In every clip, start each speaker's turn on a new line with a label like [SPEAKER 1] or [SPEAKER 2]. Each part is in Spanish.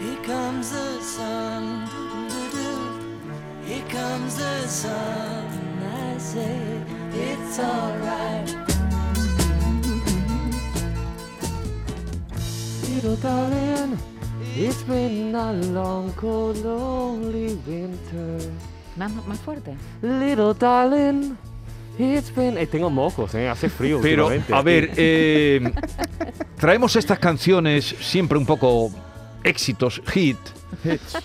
[SPEAKER 1] Here comes the sun, doo-doo. here comes the sun. I say it's alright.
[SPEAKER 2] Little darling, it's been a long, cold, lonely winter.
[SPEAKER 3] Más, más fuerte.
[SPEAKER 2] Little darling, it's been. Eh, tengo mocos, eh, hace frío.
[SPEAKER 4] Pero,
[SPEAKER 2] últimamente.
[SPEAKER 4] a ver, eh, traemos estas canciones siempre un poco éxitos, hit, hits.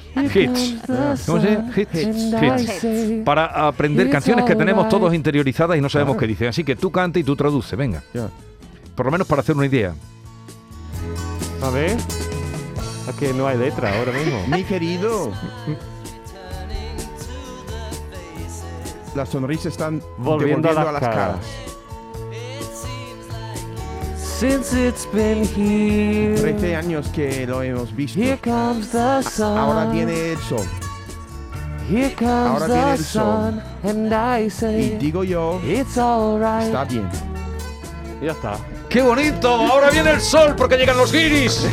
[SPEAKER 4] ¿Cómo se llama? Hits. Hits. para aprender
[SPEAKER 2] It's
[SPEAKER 4] canciones que tenemos
[SPEAKER 2] alright.
[SPEAKER 4] todos interiorizadas y no sabemos qué dicen. Así que tú canta y tú traduce, venga.
[SPEAKER 2] Ya.
[SPEAKER 4] Por lo menos para hacer una idea.
[SPEAKER 2] A ver. Es que no hay letra ahora mismo.
[SPEAKER 5] Mi querido. Las sonrisas están
[SPEAKER 2] Volviendo a
[SPEAKER 5] devolviendo
[SPEAKER 2] las
[SPEAKER 5] a las caras.
[SPEAKER 2] Since it's been here,
[SPEAKER 5] 13 años que lo hemos visto.
[SPEAKER 2] here comes the sun.
[SPEAKER 5] Ah, Ahora viene el sol.
[SPEAKER 2] Here comes
[SPEAKER 5] ahora viene
[SPEAKER 2] the
[SPEAKER 5] el sol.
[SPEAKER 2] sun, and I
[SPEAKER 5] Y
[SPEAKER 2] say
[SPEAKER 5] digo yo,
[SPEAKER 2] it's alright.
[SPEAKER 5] está bien.
[SPEAKER 2] Ya está.
[SPEAKER 4] ¡Qué bonito! Ahora viene el sol porque llegan los guiris.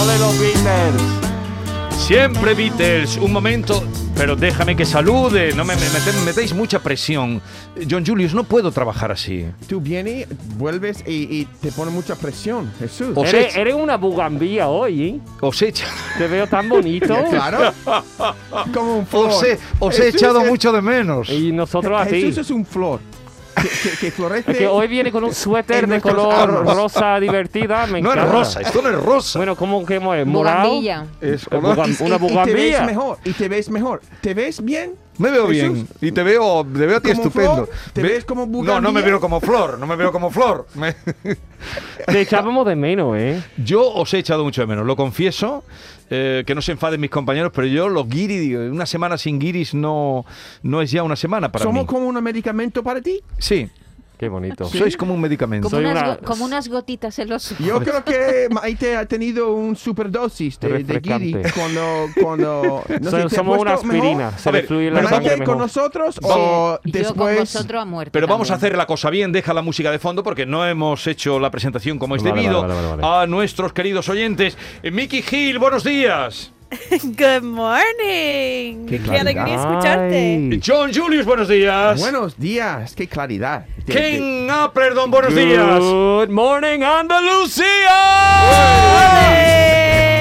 [SPEAKER 2] Ole los Beatles.
[SPEAKER 4] Siempre Beatles, un momento, pero déjame que salude, no me, me- mete- me metéis mucha presión. John Julius, no puedo trabajar así.
[SPEAKER 5] Tú vienes, vuelves y, y te pone mucha presión, Jesús.
[SPEAKER 4] O- Os
[SPEAKER 2] Eres,
[SPEAKER 4] he-
[SPEAKER 2] eres una bugambía hoy, ¿eh?
[SPEAKER 4] Os he, echa-
[SPEAKER 2] Te veo tan bonito.
[SPEAKER 5] Claro. Como un flor.
[SPEAKER 4] os he- os he
[SPEAKER 5] Jesús
[SPEAKER 4] echado
[SPEAKER 5] es-
[SPEAKER 4] mucho de menos.
[SPEAKER 2] Y nosotros a ti.
[SPEAKER 5] Jesús es un flor que, que- que florece.
[SPEAKER 2] Es que hoy viene con un suéter
[SPEAKER 5] en
[SPEAKER 2] de
[SPEAKER 5] nuestros
[SPEAKER 2] color
[SPEAKER 5] hombros.
[SPEAKER 2] rosa divertida. Me
[SPEAKER 4] No es
[SPEAKER 2] encanta.
[SPEAKER 4] rosa, esto no es rosa.
[SPEAKER 2] Bueno, ¿cómo que hemos morado?
[SPEAKER 3] Morandilla.
[SPEAKER 4] Es
[SPEAKER 2] Eh,
[SPEAKER 4] color-
[SPEAKER 2] bugam- una
[SPEAKER 5] Y- y- y te ves
[SPEAKER 2] bugambilla.
[SPEAKER 5] mejor, y te ves mejor. ¿Te ves bien?
[SPEAKER 4] me veo
[SPEAKER 5] Jesús,
[SPEAKER 4] bien y te veo, te veo a ti
[SPEAKER 5] ¿Como
[SPEAKER 4] estupendo.
[SPEAKER 5] flor? ¿Te
[SPEAKER 4] Ve-
[SPEAKER 5] ves
[SPEAKER 4] No,
[SPEAKER 5] como
[SPEAKER 4] no me
[SPEAKER 5] bugambilla?
[SPEAKER 4] veo como flor, no me veo como flor. Me-
[SPEAKER 2] Te echábamos de menos, ¿eh?
[SPEAKER 4] Yo os he echado mucho de menos, lo confieso. eh, que no se enfaden mis compañeros, pero yo los guiris, digo, una semana sin guiris no, no es ya una semana para
[SPEAKER 5] ¿Somos
[SPEAKER 4] mí.
[SPEAKER 5] como un medicamento para ti?
[SPEAKER 4] Sí,
[SPEAKER 2] Qué bonito.
[SPEAKER 4] sois como un medicamento.
[SPEAKER 3] Como
[SPEAKER 2] Soy
[SPEAKER 3] unas,
[SPEAKER 2] una-
[SPEAKER 3] go- como unas gotitas en los ojos.
[SPEAKER 5] Yo creo que Maite ha tenido un superdosis de, de guiri
[SPEAKER 2] Refrescante.
[SPEAKER 5] cuando, cuando
[SPEAKER 2] So-
[SPEAKER 5] no sé, ¿te ha
[SPEAKER 2] somos una
[SPEAKER 5] puesto mejor?
[SPEAKER 2] aspirina. Se
[SPEAKER 4] A
[SPEAKER 2] le
[SPEAKER 4] ver,
[SPEAKER 2] fluye la
[SPEAKER 4] pero
[SPEAKER 2] sangre
[SPEAKER 5] ¿Maite con
[SPEAKER 2] mejor.
[SPEAKER 5] nosotros
[SPEAKER 3] Sí,
[SPEAKER 5] o
[SPEAKER 3] Yo con
[SPEAKER 5] después?
[SPEAKER 3] vosotros a muerte.
[SPEAKER 4] Pero vamos a
[SPEAKER 3] también.
[SPEAKER 4] hacer la cosa bien, deja la música de fondo porque no hemos hecho la presentación como es
[SPEAKER 2] Vale,
[SPEAKER 4] debido
[SPEAKER 2] vale, vale,
[SPEAKER 4] a nuestros queridos oyentes. Eh, Miki Gil, buenos días.
[SPEAKER 6] Good morning.
[SPEAKER 5] Qué
[SPEAKER 6] Qué, alegría
[SPEAKER 2] claridad.
[SPEAKER 6] escucharte.
[SPEAKER 2] Ay.
[SPEAKER 4] John Julius, buenos días.
[SPEAKER 5] Buenos días, qué claridad. De- de-
[SPEAKER 4] Ken ah, perdón, buenos días.
[SPEAKER 2] Good morning, Andalucía.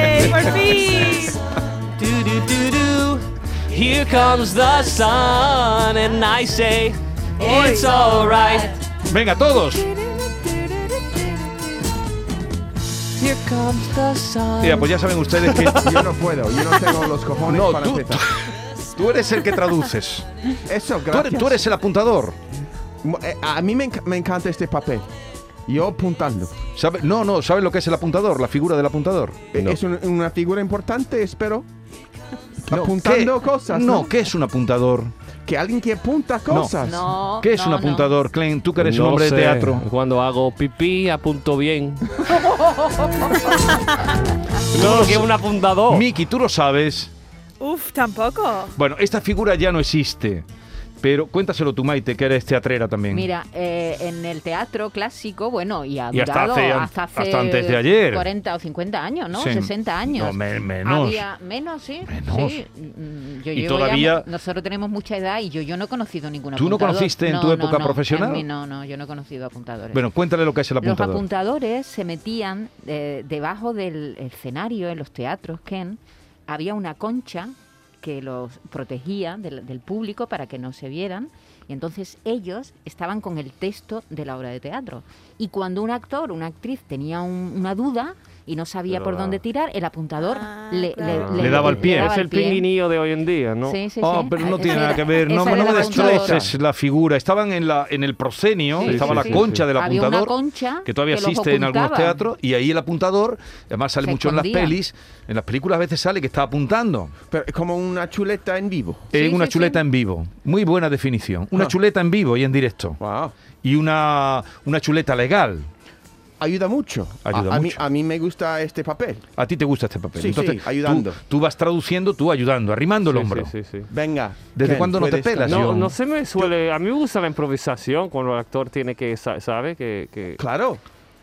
[SPEAKER 6] Hey, por fin.
[SPEAKER 2] Do, do, do, do. Here comes the sun and I say it's alright.
[SPEAKER 4] Venga, todos.
[SPEAKER 2] Here comes the sun.
[SPEAKER 4] Mira, pues ya saben ustedes que
[SPEAKER 5] Yo no puedo, yo no tengo los cojones
[SPEAKER 4] No,
[SPEAKER 5] para
[SPEAKER 4] tú-
[SPEAKER 5] empezar.
[SPEAKER 4] tú eres el que traduces.
[SPEAKER 5] Eso,
[SPEAKER 4] Tú
[SPEAKER 5] gracias.
[SPEAKER 4] eres, tú eres el apuntador.
[SPEAKER 5] Mo- eh, A mí me, enc- me encanta este papel. Yo apuntando.
[SPEAKER 4] ¿Sabe- No, no, ¿sabes lo que es el apuntador? La figura del apuntador.
[SPEAKER 5] Eh,
[SPEAKER 2] No.
[SPEAKER 5] Es un- una figura importante, espero. Apuntando
[SPEAKER 4] ¿Qué?
[SPEAKER 5] cosas.
[SPEAKER 4] No,
[SPEAKER 5] No,
[SPEAKER 4] ¿qué es un apuntador?
[SPEAKER 5] Que alguien que apunta cosas.
[SPEAKER 3] No,
[SPEAKER 4] ¿Qué es
[SPEAKER 3] no,
[SPEAKER 4] un
[SPEAKER 3] no.
[SPEAKER 4] apuntador, Klein? Tú que eres
[SPEAKER 2] No
[SPEAKER 4] un hombre
[SPEAKER 2] sé,
[SPEAKER 4] de teatro.
[SPEAKER 2] Cuando hago pipí, apunto bien. no, que es un apuntador.
[SPEAKER 4] Miki, tú lo sabes.
[SPEAKER 6] Uf, tampoco.
[SPEAKER 4] Bueno, esta figura ya no existe. Pero cuéntaselo tú, Maite, que eres teatrera también.
[SPEAKER 3] Mira, eh, en el teatro clásico, bueno, y ha
[SPEAKER 4] Y hasta
[SPEAKER 3] durado
[SPEAKER 4] hace-
[SPEAKER 3] hasta, hace
[SPEAKER 4] hasta antes de ayer.
[SPEAKER 3] 40 o 50 años, ¿no?
[SPEAKER 4] Sí.
[SPEAKER 3] 60 años.
[SPEAKER 4] No, me- menos.
[SPEAKER 3] Había menos, sí.
[SPEAKER 4] Menos.
[SPEAKER 3] sí. Mm, Yo
[SPEAKER 4] Y
[SPEAKER 3] llevo ya
[SPEAKER 4] todavía-
[SPEAKER 3] mu- nosotros tenemos mucha edad y yo, yo no he conocido ningún
[SPEAKER 4] ¿Tú no
[SPEAKER 3] apuntador.
[SPEAKER 4] conociste en tu
[SPEAKER 3] No,
[SPEAKER 4] época
[SPEAKER 3] no, no,
[SPEAKER 4] profesional?
[SPEAKER 3] en mí no, no, yo no he conocido apuntadores.
[SPEAKER 4] Bueno, cuéntale lo que es el
[SPEAKER 3] Los
[SPEAKER 4] apuntador.
[SPEAKER 3] apuntadores se metían eh, debajo del escenario en los teatros, Ken. Había una concha que los protegía del, del público para que no se vieran. Y entonces ellos estaban con el texto de la obra de teatro. Y cuando un actor, una actriz tenía un- una duda, y no sabía
[SPEAKER 7] Pero
[SPEAKER 3] por
[SPEAKER 7] la-
[SPEAKER 3] dónde tirar, el apuntador
[SPEAKER 6] Ah,
[SPEAKER 3] le,
[SPEAKER 6] claro.
[SPEAKER 4] Le daba al pie.
[SPEAKER 3] daba
[SPEAKER 4] Es
[SPEAKER 7] Es el pinguinillo de hoy en día, ¿no?
[SPEAKER 3] Sí, sí,
[SPEAKER 4] Ah,
[SPEAKER 3] sí.
[SPEAKER 4] pero no
[SPEAKER 3] Esa
[SPEAKER 4] tiene nada
[SPEAKER 3] era-
[SPEAKER 4] que ver. No,
[SPEAKER 3] esa
[SPEAKER 4] no
[SPEAKER 3] era
[SPEAKER 4] me
[SPEAKER 3] la apuntadora.
[SPEAKER 4] destroces la figura. Estaban en, la, en el proscenio,
[SPEAKER 3] Sí,
[SPEAKER 4] estaba
[SPEAKER 3] sí,
[SPEAKER 4] la
[SPEAKER 3] sí.
[SPEAKER 4] concha del
[SPEAKER 3] Había una
[SPEAKER 4] apuntador,
[SPEAKER 3] concha
[SPEAKER 4] que todavía
[SPEAKER 3] que los
[SPEAKER 4] existe en algunos
[SPEAKER 3] ocultaba.
[SPEAKER 4] teatros, y ahí el apuntador, además sale
[SPEAKER 3] Se
[SPEAKER 4] mucho en
[SPEAKER 3] escondía.
[SPEAKER 4] las pelis, en las películas a veces sale que está apuntando.
[SPEAKER 5] Pero es como una chuleta en vivo.
[SPEAKER 4] en
[SPEAKER 3] Sí,
[SPEAKER 4] una
[SPEAKER 3] sí,
[SPEAKER 4] chuleta
[SPEAKER 3] sí.
[SPEAKER 4] en vivo. Muy buena definición. Una
[SPEAKER 5] Ah.
[SPEAKER 4] chuleta en vivo y en directo.
[SPEAKER 5] Wow.
[SPEAKER 4] Y una, una chuleta legal.
[SPEAKER 5] Ayuda mucho.
[SPEAKER 4] Ayuda
[SPEAKER 5] a, a mí,
[SPEAKER 4] mucho.
[SPEAKER 5] a mí me gusta este papel.
[SPEAKER 4] A ti te gusta este papel.
[SPEAKER 5] Sí,
[SPEAKER 4] Entonces,
[SPEAKER 5] sí, ayudando.
[SPEAKER 4] Tú, tú vas traduciendo, tú ayudando, arrimando el
[SPEAKER 7] Sí,
[SPEAKER 4] hombro.
[SPEAKER 7] sí, sí, sí.
[SPEAKER 5] Venga.
[SPEAKER 4] ¿Desde
[SPEAKER 5] Ken,
[SPEAKER 4] cuándo no te
[SPEAKER 5] puedes
[SPEAKER 4] pelas?
[SPEAKER 7] No,
[SPEAKER 4] Yo-
[SPEAKER 7] no se me suele. A mí me gusta la improvisación cuando el actor tiene que. sa- ¿Sabe? Que, que-
[SPEAKER 5] Claro.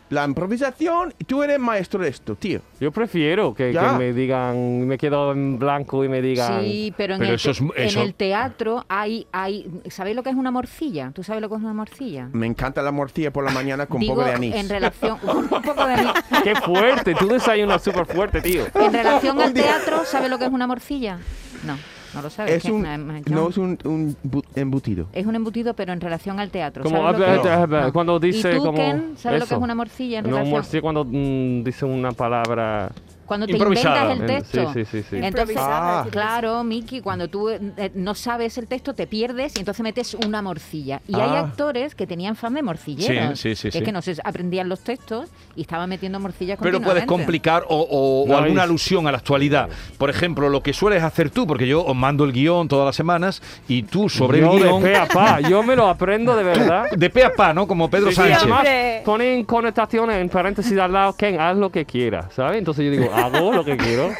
[SPEAKER 5] La improvisación, tú eres maestro de esto, tío.
[SPEAKER 7] Yo prefiero que,
[SPEAKER 5] Ya.
[SPEAKER 7] que me digan. Me quedo en blanco y me digan.
[SPEAKER 3] Sí, pero en,
[SPEAKER 4] Pero
[SPEAKER 3] el,
[SPEAKER 4] eso es-
[SPEAKER 3] te- en
[SPEAKER 4] eso-
[SPEAKER 3] el teatro hay, hay... ¿Sabéis lo que es una morcilla? ¿Tú sabes lo que es una morcilla?
[SPEAKER 5] Me encanta la morcilla por la mañana con
[SPEAKER 3] Digo,
[SPEAKER 5] poco de anís.
[SPEAKER 3] en relación... Un poco de anís.
[SPEAKER 7] ¡Qué fuerte! Tú desayunas súper fuerte, tío.
[SPEAKER 3] En relación al teatro, ¿sabes lo que es una morcilla? No, no lo sabes.
[SPEAKER 5] Es
[SPEAKER 3] que
[SPEAKER 5] un,
[SPEAKER 3] una- una-
[SPEAKER 5] no es un, un bu- embutido.
[SPEAKER 3] Es un embutido, pero en relación al teatro.
[SPEAKER 7] Como
[SPEAKER 3] ¿sabes lo que
[SPEAKER 7] habla-
[SPEAKER 3] es?
[SPEAKER 7] habla- habla-
[SPEAKER 3] No.
[SPEAKER 7] cuando
[SPEAKER 3] ¿Y
[SPEAKER 7] dice
[SPEAKER 3] tú,
[SPEAKER 7] como
[SPEAKER 3] Ken, sabes lo que
[SPEAKER 7] eso.
[SPEAKER 3] es una morcilla en
[SPEAKER 7] No,
[SPEAKER 3] relación?
[SPEAKER 7] morcilla cuando mm, dice una palabra.
[SPEAKER 3] Cuando te
[SPEAKER 4] Improvisada.
[SPEAKER 3] inventas el
[SPEAKER 7] en-
[SPEAKER 3] texto.
[SPEAKER 7] Sí, sí, sí. sí.
[SPEAKER 3] Entonces,
[SPEAKER 4] Ah.
[SPEAKER 6] Improvisada, sí, sí.
[SPEAKER 3] claro, Miki, cuando tú eh, eh, no sabes el texto, te pierdes y entonces metes una morcilla. Y
[SPEAKER 5] Ah.
[SPEAKER 3] hay actores que tenían fama de morcilleros.
[SPEAKER 4] Sí, sí, sí,
[SPEAKER 3] que
[SPEAKER 4] sí.
[SPEAKER 3] Es que no se aprendían los textos y estaban metiendo morcillas
[SPEAKER 4] Pero puedes
[SPEAKER 3] continuamente.
[SPEAKER 4] complicar o, o- o
[SPEAKER 7] No,
[SPEAKER 4] alguna
[SPEAKER 7] es-
[SPEAKER 4] alusión a la actualidad. Por ejemplo, lo que sueles hacer tú, porque yo os mando el guión todas las semanas y tú sobre
[SPEAKER 7] yo de
[SPEAKER 4] el guión.
[SPEAKER 7] pe a pa, yo me lo aprendo de verdad.
[SPEAKER 4] De pe a pa, ¿no? Como Pedro
[SPEAKER 7] Sí, sí,
[SPEAKER 4] Sánchez.
[SPEAKER 7] además,
[SPEAKER 6] Hombre.
[SPEAKER 7] ponen connotaciones en paréntesis al lado, Ken, haz lo que quieras, ¿sabes? Entonces yo digo, hago lo que quiero.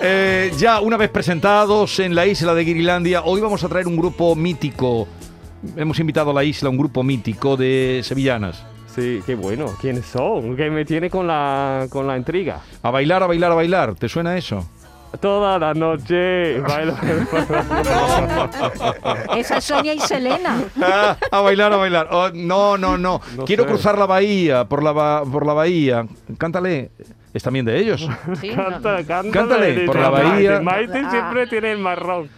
[SPEAKER 4] Eh, ya una vez presentados en la isla de Guirilandia, hoy vamos a traer un grupo mítico. Hemos invitado a la isla un grupo mítico de sevillanas.
[SPEAKER 7] Sí, qué bueno. ¿Quiénes son? Que me tiene con la, con la intriga.
[SPEAKER 4] A bailar, a bailar, a bailar. ¿Te suena eso?
[SPEAKER 7] Toda la noche bailo.
[SPEAKER 3] Esa es Sonia y Selena.
[SPEAKER 4] Ah, a bailar, a bailar. Oh, no, no, no.
[SPEAKER 7] No
[SPEAKER 4] Quiero
[SPEAKER 7] sé.
[SPEAKER 4] cruzar la bahía, por la, ba- por la bahía. Cántale. Es también de ellos.
[SPEAKER 3] Sí, no,
[SPEAKER 7] Canta, cántale.
[SPEAKER 4] Cántale, por
[SPEAKER 7] de
[SPEAKER 4] la
[SPEAKER 7] Maite.
[SPEAKER 4] bahía.
[SPEAKER 7] Maite
[SPEAKER 3] Ah.
[SPEAKER 7] siempre tiene el marrón.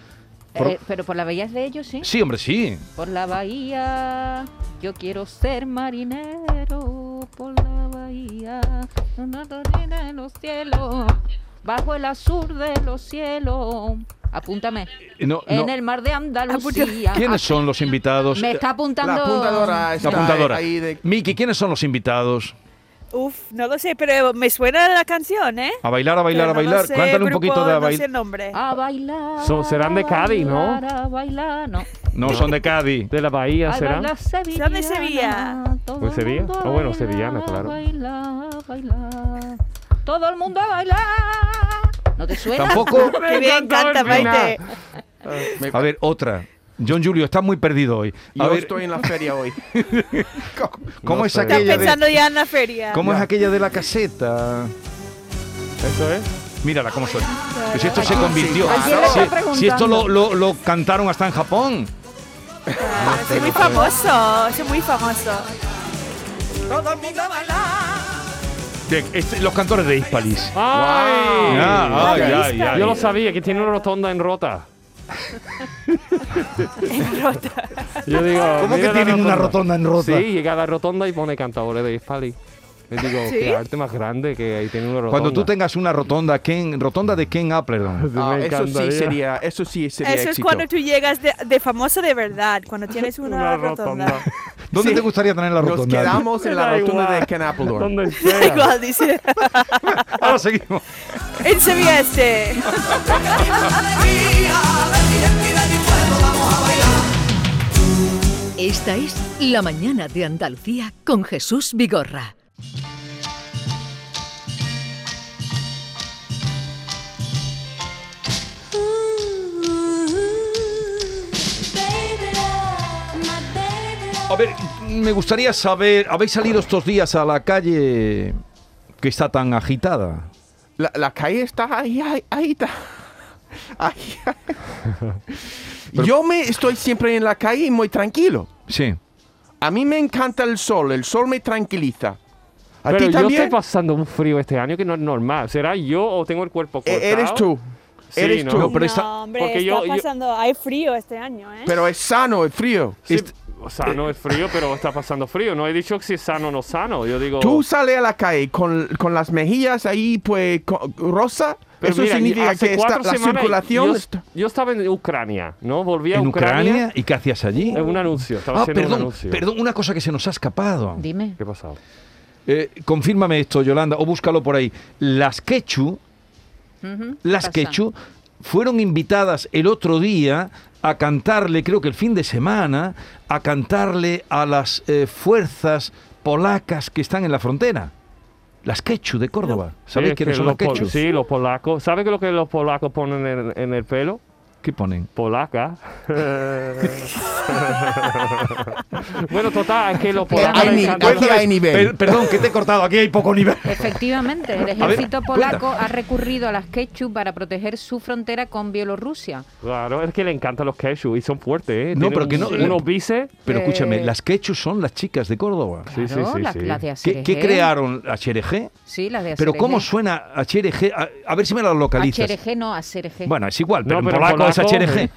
[SPEAKER 4] Por-
[SPEAKER 3] Eh, pero por la bahía es de ellos, sí.
[SPEAKER 4] Sí, hombre, sí.
[SPEAKER 3] Por la bahía, yo quiero ser marinero. Por la bahía, una torrena en los cielos, bajo el azul de los cielos. Apúntame.
[SPEAKER 4] No,
[SPEAKER 3] En
[SPEAKER 4] no.
[SPEAKER 3] el mar de Andalucía.
[SPEAKER 4] ¿Quiénes son los invitados? Eh,
[SPEAKER 3] Me está apuntando.
[SPEAKER 5] La apuntadora
[SPEAKER 4] La
[SPEAKER 5] está
[SPEAKER 4] apuntadora.
[SPEAKER 5] ahí de...
[SPEAKER 4] Miki, ¿quiénes son los invitados?
[SPEAKER 6] Uf, no lo sé, pero me suena la canción, ¿eh?
[SPEAKER 4] A bailar, a bailar,
[SPEAKER 6] Pero
[SPEAKER 4] a
[SPEAKER 6] no lo
[SPEAKER 4] bailar.
[SPEAKER 6] sé,
[SPEAKER 4] Cuéntale un
[SPEAKER 6] grupo,
[SPEAKER 4] poquito de a Ah,
[SPEAKER 6] No sé
[SPEAKER 4] bailar.
[SPEAKER 6] el nombre.
[SPEAKER 3] A bailar.
[SPEAKER 7] Son- serán de
[SPEAKER 3] a
[SPEAKER 7] Cádiz, ¿no?
[SPEAKER 3] bailar, A bailar, no.
[SPEAKER 4] No, son de Cádiz.
[SPEAKER 7] De la bahía
[SPEAKER 3] A
[SPEAKER 7] será.
[SPEAKER 3] bailar sevillana.
[SPEAKER 6] Son de Sevilla.
[SPEAKER 3] Todo
[SPEAKER 7] Pues
[SPEAKER 3] el
[SPEAKER 7] Sevilla.
[SPEAKER 3] mundo a
[SPEAKER 7] Ah, bueno,
[SPEAKER 3] bailar,
[SPEAKER 7] sevillana, claro.
[SPEAKER 3] Bailar, bailar. Todo el mundo a bailar. ¿No te suena?
[SPEAKER 4] Tampoco.
[SPEAKER 6] Qué bien canta, Maite.
[SPEAKER 5] ah, me-
[SPEAKER 4] A ver, otra. John Julio, estás muy perdido hoy. A
[SPEAKER 5] Yo
[SPEAKER 4] ver,
[SPEAKER 5] estoy en la feria hoy.
[SPEAKER 4] ¿cómo,
[SPEAKER 7] No
[SPEAKER 4] es
[SPEAKER 7] sé.
[SPEAKER 6] Estás
[SPEAKER 4] aquella de,
[SPEAKER 6] pensando ya en la feria.
[SPEAKER 4] ¿cómo es aquella de la caseta?
[SPEAKER 7] Eso es.
[SPEAKER 4] Mírala cómo suena. Que si esto se convirtió.
[SPEAKER 3] ¿A quién le
[SPEAKER 4] Si-
[SPEAKER 3] está
[SPEAKER 4] Si,
[SPEAKER 3] preguntando?
[SPEAKER 4] esto lo, lo- lo cantaron hasta en Japón.
[SPEAKER 6] Ah, es muy famoso, es muy famoso.
[SPEAKER 4] De- este- los cantores de Hispalis.
[SPEAKER 7] ¡Ay!
[SPEAKER 4] Ah, ay, ay,
[SPEAKER 6] Hispalis.
[SPEAKER 4] ay.
[SPEAKER 7] Yo lo sabía, que tiene una rotonda en rota. Yo digo,
[SPEAKER 4] ¿Cómo que
[SPEAKER 7] mira la
[SPEAKER 4] tienen una rotonda en rota?
[SPEAKER 7] Sí, llega a la rotonda y pone cantadores de Hispali. Le digo,
[SPEAKER 6] ¿Sí?
[SPEAKER 7] qué arte más grande que ahí tiene una rotonda.
[SPEAKER 4] Cuando tú tengas una rotonda, Ken, rotonda de Ken Appleton.
[SPEAKER 5] Ah,
[SPEAKER 7] Me
[SPEAKER 5] eso sí
[SPEAKER 7] encantaría.
[SPEAKER 5] sería, eso sí sería
[SPEAKER 6] Eso es
[SPEAKER 5] éxito.
[SPEAKER 6] cuando tú llegas de, de famoso de verdad, cuando tienes una,
[SPEAKER 7] Una
[SPEAKER 6] rotonda.
[SPEAKER 7] rotonda.
[SPEAKER 4] ¿Dónde te gustaría tener la
[SPEAKER 5] Nos
[SPEAKER 4] rotonda?
[SPEAKER 5] quedamos en la
[SPEAKER 7] Da
[SPEAKER 5] rotonda
[SPEAKER 7] igual.
[SPEAKER 5] de Ken Appledore.
[SPEAKER 7] Donde
[SPEAKER 6] Da
[SPEAKER 7] sea.
[SPEAKER 6] Igual dice,
[SPEAKER 4] Ahora seguimos.
[SPEAKER 6] en Sevilla este.
[SPEAKER 8] Esta es La Mañana de Andalucía con Jesús Vigorra.
[SPEAKER 4] A ver, me gustaría saber, ¿habéis salido estos días a la calle que está tan agitada?
[SPEAKER 5] La, la calle está ahí, ahí, ahí está. Ahí, ahí. Yo me estoy siempre en la calle y muy tranquilo.
[SPEAKER 4] Sí.
[SPEAKER 5] A mí me encanta el sol, el sol me tranquiliza. ¿A
[SPEAKER 7] Pero
[SPEAKER 5] ti
[SPEAKER 7] yo estoy
[SPEAKER 5] también?
[SPEAKER 7] pasando un frío este año que no es normal. ¿Será yo o tengo el cuerpo cortado?
[SPEAKER 5] E- eres tú,
[SPEAKER 7] Sí,
[SPEAKER 5] eres
[SPEAKER 7] ¿no?
[SPEAKER 5] tú.
[SPEAKER 4] No, pero
[SPEAKER 6] no,
[SPEAKER 4] está-
[SPEAKER 6] hombre,
[SPEAKER 7] porque
[SPEAKER 6] está
[SPEAKER 7] yo- yo-
[SPEAKER 6] pasando, hay frío este año, ¿eh?
[SPEAKER 5] Pero es sano, es frío.
[SPEAKER 7] Sí,
[SPEAKER 4] Est-
[SPEAKER 7] Sano es frío, pero está pasando frío. No he dicho si es sano o no sano. Yo digo.
[SPEAKER 5] Tú sales a la calle con, con las mejillas ahí, pues, co- rosa.
[SPEAKER 7] Pero
[SPEAKER 5] eso
[SPEAKER 7] mira,
[SPEAKER 5] significa
[SPEAKER 7] hace
[SPEAKER 5] que está,
[SPEAKER 7] cuatro
[SPEAKER 5] la
[SPEAKER 7] semanas
[SPEAKER 5] circulación.
[SPEAKER 7] Yo,
[SPEAKER 5] está-
[SPEAKER 7] yo estaba en Ucrania, ¿no? Volví a
[SPEAKER 4] ¿En
[SPEAKER 7] Ucrania.
[SPEAKER 4] Ucrania? ¿Y qué hacías allí?
[SPEAKER 7] En un anuncio. Estaba
[SPEAKER 4] Ah,
[SPEAKER 7] haciendo un
[SPEAKER 4] perdón,
[SPEAKER 7] anuncio.
[SPEAKER 4] perdón, una cosa que se nos ha escapado.
[SPEAKER 3] Dime.
[SPEAKER 7] ¿Qué ha pasado?
[SPEAKER 4] Eh, confírmame esto, Yolanda, o búscalo por ahí. Las Quechu,
[SPEAKER 3] Ujú,
[SPEAKER 4] las
[SPEAKER 3] pasa.
[SPEAKER 4] Quechu fueron invitadas el otro día a cantarle, creo que el fin de semana, a cantarle a las eh, fuerzas polacas que están en la frontera. Las Quechu de Córdoba. ¿Sabéis
[SPEAKER 7] Sí,
[SPEAKER 4] quiénes
[SPEAKER 7] que
[SPEAKER 4] son
[SPEAKER 7] los
[SPEAKER 4] las
[SPEAKER 7] pol-
[SPEAKER 4] Quechu?
[SPEAKER 7] Sí, los polacos. ¿Sabes lo que los polacos ponen en, en el pelo?
[SPEAKER 4] ¿Qué ponen?
[SPEAKER 7] Polaca. bueno, total, es que los polacos.
[SPEAKER 5] Eh, Hay
[SPEAKER 7] les
[SPEAKER 5] ni-
[SPEAKER 7] encantan-
[SPEAKER 5] Aquí hay nivel.
[SPEAKER 4] Per- Eh, perdón, que te he cortado. Aquí hay poco nivel.
[SPEAKER 3] Efectivamente, el
[SPEAKER 4] ver,
[SPEAKER 3] ejército
[SPEAKER 4] cuenta.
[SPEAKER 3] polaco ha recurrido a las Quechu para proteger su frontera con Bielorrusia.
[SPEAKER 7] Claro, es que le encantan los cashew y son fuertes, ¿eh?
[SPEAKER 4] No,
[SPEAKER 7] Tienen
[SPEAKER 4] pero que
[SPEAKER 7] un-
[SPEAKER 4] no-
[SPEAKER 7] Unos bices.
[SPEAKER 4] Pero
[SPEAKER 3] Eh.
[SPEAKER 4] escúchame, las Quechu son las chicas de Córdoba.
[SPEAKER 7] Sí, sí,
[SPEAKER 3] Claro,
[SPEAKER 7] sí,
[SPEAKER 3] las,
[SPEAKER 7] sí.
[SPEAKER 3] las de
[SPEAKER 4] ¿Qué,
[SPEAKER 3] Aserejé.
[SPEAKER 4] qué crearon? ¿A Xerejé?
[SPEAKER 3] Sí, las de
[SPEAKER 4] Pero ¿cómo
[SPEAKER 3] Aserejé.
[SPEAKER 4] suena HRG? A, a ver si me lo localizas.
[SPEAKER 3] Aserejé no, Aserejé.
[SPEAKER 4] Bueno, es igual, pero,
[SPEAKER 7] No, pero
[SPEAKER 4] en
[SPEAKER 7] en
[SPEAKER 4] polaco, es
[SPEAKER 7] polaco,
[SPEAKER 4] HRG.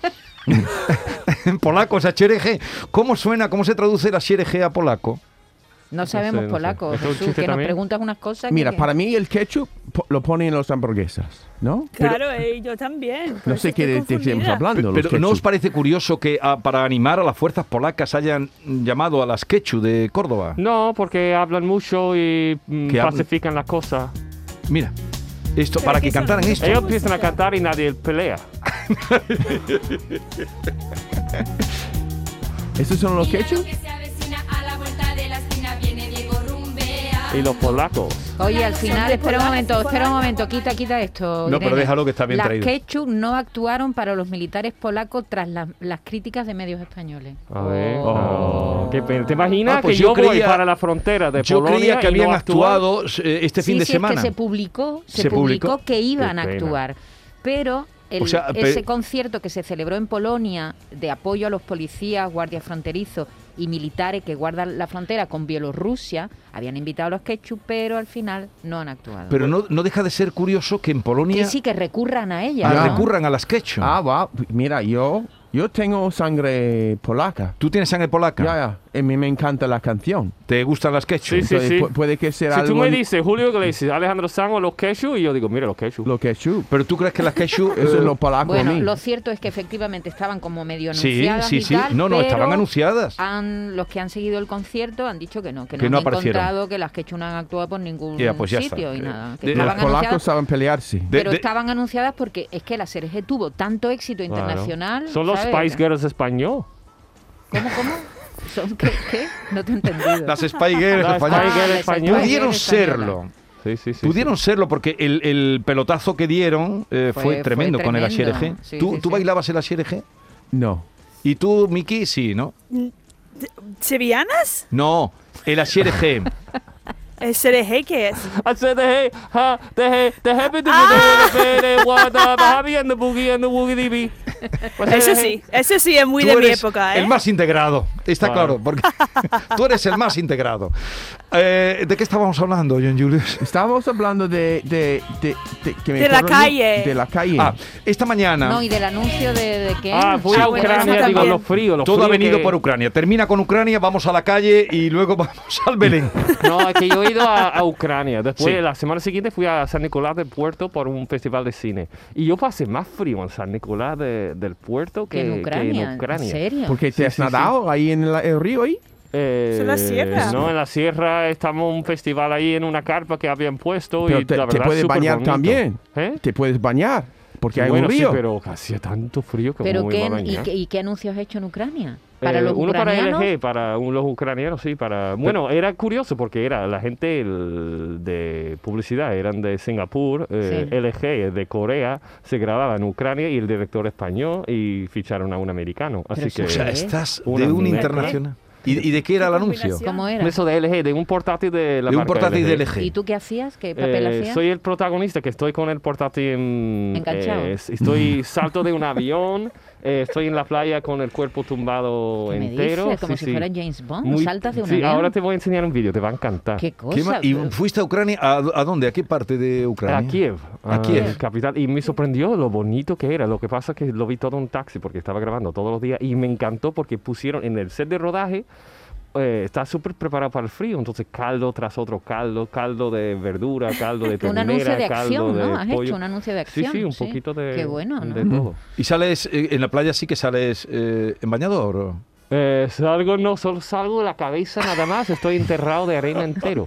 [SPEAKER 4] en polaco es HRG. ¿Cómo suena, cómo se traduce la HRG a polaco?
[SPEAKER 3] no sabemos
[SPEAKER 7] sé, no sé.
[SPEAKER 3] polaco,
[SPEAKER 7] ¿Esto es un
[SPEAKER 3] Jesús,
[SPEAKER 7] chiste
[SPEAKER 3] que nos
[SPEAKER 7] también?
[SPEAKER 3] preguntas unas cosas. que-
[SPEAKER 5] Mira,
[SPEAKER 3] que-
[SPEAKER 5] para mí el ketchup po- lo ponen en las hamburguesas, ¿no?
[SPEAKER 6] Claro, eh, yo también. por
[SPEAKER 5] No
[SPEAKER 6] eso
[SPEAKER 5] sé qué
[SPEAKER 6] estoy
[SPEAKER 5] de qué seguimos
[SPEAKER 6] confundida.
[SPEAKER 5] hablando. los
[SPEAKER 4] Pero ¿no os
[SPEAKER 5] ketchup.
[SPEAKER 4] parece curioso que ah, para animar a las fuerzas polacas hayan llamado a las quechu de Córdoba?
[SPEAKER 7] No, porque hablan mucho y mm,
[SPEAKER 4] Que hablan-
[SPEAKER 7] pacifican las cosas.
[SPEAKER 4] Mira, esto
[SPEAKER 6] Pero
[SPEAKER 4] para que
[SPEAKER 6] que son-
[SPEAKER 4] cantaran esto.
[SPEAKER 7] Ellos empiezan a cantar y nadie pelea.
[SPEAKER 5] ¿Esos son los
[SPEAKER 9] Mira
[SPEAKER 5] ketchup?
[SPEAKER 9] lo que se avecina a la vuelta de la esquina, viene Diego Rumbea.
[SPEAKER 7] Y los polacos.
[SPEAKER 3] Oye, al final, espera un momento, espera un momento, quita, quita esto.
[SPEAKER 4] No, pero
[SPEAKER 3] Irene.
[SPEAKER 4] déjalo que está bien
[SPEAKER 3] Las
[SPEAKER 4] traído.
[SPEAKER 3] Quechu no actuaron para los militares polacos tras las- las críticas de medios españoles.
[SPEAKER 7] A ver.
[SPEAKER 3] Oh.
[SPEAKER 7] ah, qué pena. ¿Te imaginas
[SPEAKER 4] Ah, pues
[SPEAKER 7] que yo,
[SPEAKER 4] yo
[SPEAKER 7] voy
[SPEAKER 4] creía-
[SPEAKER 7] para la frontera de
[SPEAKER 4] Yo
[SPEAKER 7] Polonia
[SPEAKER 4] creía que
[SPEAKER 7] y no
[SPEAKER 4] habían
[SPEAKER 7] actúan?
[SPEAKER 4] actuado eh, este
[SPEAKER 3] Sí,
[SPEAKER 4] fin de
[SPEAKER 3] sí,
[SPEAKER 4] semana.
[SPEAKER 3] Es que se publicó, se,
[SPEAKER 4] ¿Se publicó?
[SPEAKER 3] publicó? que iban a
[SPEAKER 7] pena.
[SPEAKER 3] actuar. Pero el-
[SPEAKER 4] O sea, pe-
[SPEAKER 3] ese concierto que se celebró en Polonia de apoyo a los policías, guardias fronterizos y militares que guardan la frontera con Bielorrusia, habían invitado a los quechus, pero al final no han actuado.
[SPEAKER 4] Pero no, no deja de ser curioso que en Polonia
[SPEAKER 3] que sí que recurran a ella.
[SPEAKER 4] ah,
[SPEAKER 5] Ya.
[SPEAKER 3] ¿no?
[SPEAKER 4] recurran a las quechu.
[SPEAKER 5] Ah, va. Mira, yo, yo tengo sangre polaca.
[SPEAKER 4] Tú tienes sangre polaca.
[SPEAKER 5] Ya, ya. A mí me encanta la canción.
[SPEAKER 4] ¿Te gustan las quechu?
[SPEAKER 7] Sí, sí.
[SPEAKER 5] Entonces, pu- puede que sea
[SPEAKER 7] Si
[SPEAKER 5] algo...
[SPEAKER 7] tú me dices Julio Iglesias, Alejandro Sanz o los Keshu, y yo digo, mira, los Keshu.
[SPEAKER 5] Lo ketchup.
[SPEAKER 4] Pero tú crees que las quechu
[SPEAKER 5] Eso
[SPEAKER 4] eh,
[SPEAKER 5] es lo polaco a
[SPEAKER 3] Bueno,
[SPEAKER 5] mí.
[SPEAKER 3] lo cierto es que efectivamente estaban como medio
[SPEAKER 4] Sí,
[SPEAKER 3] anunciadas
[SPEAKER 4] sí,
[SPEAKER 3] y
[SPEAKER 4] sí.
[SPEAKER 3] tal,
[SPEAKER 4] No, no, estaban
[SPEAKER 3] pero Ah,
[SPEAKER 4] anunciadas.
[SPEAKER 3] han- los que han seguido el concierto han dicho que no, que no,
[SPEAKER 4] Que no
[SPEAKER 3] han
[SPEAKER 4] aparecieron.
[SPEAKER 3] encontrado que las quechus no han actuado por ningún
[SPEAKER 4] Ya, pues ya está.
[SPEAKER 3] sitio y
[SPEAKER 4] Eh,
[SPEAKER 3] nada. que
[SPEAKER 4] de-
[SPEAKER 5] Los
[SPEAKER 3] estaban anunciadas-
[SPEAKER 5] polacos saben pelearse.
[SPEAKER 4] De-
[SPEAKER 3] pero
[SPEAKER 4] de-
[SPEAKER 3] estaban anunciadas porque es que la Serge tuvo tanto éxito
[SPEAKER 7] Claro.
[SPEAKER 3] internacional.
[SPEAKER 7] Son los
[SPEAKER 3] ¿sabes?
[SPEAKER 7] Spice Girls español.
[SPEAKER 3] ¿Cómo, cómo? ¿Son qué? qué? No te he entendido.
[SPEAKER 4] Las Spy Girls
[SPEAKER 7] Las
[SPEAKER 4] españolas.
[SPEAKER 7] Spy Girls
[SPEAKER 3] Ah,
[SPEAKER 7] españolas.
[SPEAKER 3] las Spy
[SPEAKER 4] Pudieron
[SPEAKER 3] Girls españolas.
[SPEAKER 4] serlo.
[SPEAKER 7] Sí, sí, sí.
[SPEAKER 4] Pudieron serlo porque el, el pelotazo que dieron eh, fue,
[SPEAKER 3] Fue- fue
[SPEAKER 4] tremendo con el
[SPEAKER 3] tremendo.
[SPEAKER 4] HRG.
[SPEAKER 3] Sí,
[SPEAKER 4] ¿Tú,
[SPEAKER 3] sí,
[SPEAKER 4] tú
[SPEAKER 3] sí.
[SPEAKER 4] bailabas el HRG?
[SPEAKER 5] No.
[SPEAKER 4] ¿Y tú, Miki? Sí, ¿no?
[SPEAKER 6] ¿Sevillanas?
[SPEAKER 4] No, el HRG.
[SPEAKER 6] ¿El CDG qué es?
[SPEAKER 7] I said the hey, ha, the hey, the happy the ah! the the the what the happy and the boogie and the woogie dee
[SPEAKER 6] Eso sí, eso sí es muy
[SPEAKER 4] Tú
[SPEAKER 6] de mi
[SPEAKER 4] eres
[SPEAKER 6] época, ¿eh?
[SPEAKER 4] El más integrado, está
[SPEAKER 7] Claro.
[SPEAKER 4] claro, porque tú eres el más integrado. Eh, ¿De qué estábamos hablando, John Julius?
[SPEAKER 5] Estábamos hablando de... De, de, de- que me
[SPEAKER 6] De la
[SPEAKER 5] corro-
[SPEAKER 6] calle.
[SPEAKER 5] De la calle.
[SPEAKER 4] Ah, esta mañana
[SPEAKER 3] No, y del anuncio de, de que.
[SPEAKER 7] Ah, fui
[SPEAKER 6] Ah,
[SPEAKER 7] a
[SPEAKER 6] bueno,
[SPEAKER 7] Ucrania,
[SPEAKER 6] eso
[SPEAKER 7] digo,
[SPEAKER 6] también.
[SPEAKER 7] los fríos, los
[SPEAKER 4] todo ha
[SPEAKER 7] fríos
[SPEAKER 4] venido
[SPEAKER 7] que-
[SPEAKER 4] por Ucrania. Termina con Ucrania, vamos a la calle y luego vamos al Belén.
[SPEAKER 7] No, es que yo he ido a, a Ucrania. Después,
[SPEAKER 4] Sí.
[SPEAKER 7] la semana siguiente fui a San Nicolás del Puerto por un festival de cine. Y yo pasé más frío en San Nicolás de- del Puerto que,
[SPEAKER 3] que en Ucrania.
[SPEAKER 7] que en Ucrania.
[SPEAKER 3] serio?
[SPEAKER 5] Porque
[SPEAKER 7] Sí,
[SPEAKER 5] te has
[SPEAKER 7] sí,
[SPEAKER 5] nadado ahí en la- el río ahí.
[SPEAKER 7] Eh,
[SPEAKER 6] Es en la sierra.
[SPEAKER 7] No, en la sierra estamos en un festival ahí en una carpa que habían puesto.
[SPEAKER 5] Pero
[SPEAKER 7] y
[SPEAKER 5] te,
[SPEAKER 7] la
[SPEAKER 5] te
[SPEAKER 7] verdad,
[SPEAKER 5] puedes
[SPEAKER 7] súper
[SPEAKER 5] bañar
[SPEAKER 7] bonito.
[SPEAKER 5] también.
[SPEAKER 7] ¿Eh?
[SPEAKER 5] Te puedes bañar. Porque hay
[SPEAKER 7] Bueno,
[SPEAKER 5] un
[SPEAKER 7] sí,
[SPEAKER 5] río.
[SPEAKER 7] pero hacía tanto frío que
[SPEAKER 3] ¿Pero
[SPEAKER 7] muy
[SPEAKER 3] qué,
[SPEAKER 7] mal
[SPEAKER 3] y,
[SPEAKER 7] bañar.
[SPEAKER 3] qué, y qué anuncio has hecho en Ucrania? ¿Para
[SPEAKER 7] Eh,
[SPEAKER 3] los
[SPEAKER 7] uno
[SPEAKER 3] ucranianos?
[SPEAKER 7] para LG, para un- los ucranianos, sí. para Bueno, era curioso porque era la gente el- de publicidad, eran de Singapur, eh,
[SPEAKER 3] Sí.
[SPEAKER 7] LG de Corea, se grababa en Ucrania y el director español y ficharon a un americano. Así
[SPEAKER 3] sí.
[SPEAKER 7] que
[SPEAKER 4] O sea, estás
[SPEAKER 7] Una
[SPEAKER 4] de un
[SPEAKER 7] mierda.
[SPEAKER 4] internacional. ¿Y, y de qué era el anuncio?
[SPEAKER 3] ¿Cómo era?
[SPEAKER 7] eso de LG, de un portátil de la
[SPEAKER 4] de un
[SPEAKER 7] marca
[SPEAKER 4] portátil de
[SPEAKER 3] ¿Y
[SPEAKER 4] LG.
[SPEAKER 3] tú qué hacías? ¿Qué papel
[SPEAKER 7] Eh,
[SPEAKER 3] hacías?
[SPEAKER 7] soy el protagonista que estoy con el portátil en-
[SPEAKER 3] Enganchado.
[SPEAKER 7] eh, estoy salto de un avión, Eh, estoy en la playa con el cuerpo tumbado
[SPEAKER 3] ¿Qué me
[SPEAKER 7] entero.
[SPEAKER 3] dices?
[SPEAKER 7] Sí,
[SPEAKER 3] Como si
[SPEAKER 7] sí.
[SPEAKER 3] fuera James Bond,
[SPEAKER 7] Muy-
[SPEAKER 3] Ah, saltas de un
[SPEAKER 7] Sí,
[SPEAKER 3] avión.
[SPEAKER 7] ahora te voy a enseñar un vídeo, te va a encantar.
[SPEAKER 3] Qué
[SPEAKER 4] ¿Qué ma-
[SPEAKER 3] cosa.
[SPEAKER 4] ¿Y
[SPEAKER 3] pero-
[SPEAKER 4] fuiste a Ucrania? ¿A, a dónde? ¿A qué parte de Ucrania?
[SPEAKER 7] A Kiev,
[SPEAKER 4] A
[SPEAKER 7] a
[SPEAKER 4] Kiev.
[SPEAKER 7] capital. Y me sorprendió lo bonito que era. Lo que pasa es que lo vi todo en un taxi porque estaba grabando todos los días y me encantó porque pusieron en el set de rodaje. eh, está súper preparado para el frío, entonces caldo tras otro caldo, caldo de verdura, caldo de
[SPEAKER 3] Un
[SPEAKER 7] ternera,
[SPEAKER 3] anuncio de
[SPEAKER 7] caldo
[SPEAKER 3] acción,
[SPEAKER 7] de
[SPEAKER 3] ¿no? Has
[SPEAKER 7] pollo.
[SPEAKER 3] hecho un anuncio de acción.
[SPEAKER 7] Sí, sí, un poquito de,
[SPEAKER 3] Qué bueno, ¿no?
[SPEAKER 7] de todo.
[SPEAKER 4] ¿Y sales eh, en la playa sí que sales eh, en bañador? o?
[SPEAKER 7] Eh, salgo, no, solo salgo de la cabeza nada más, estoy enterrado de arena entero.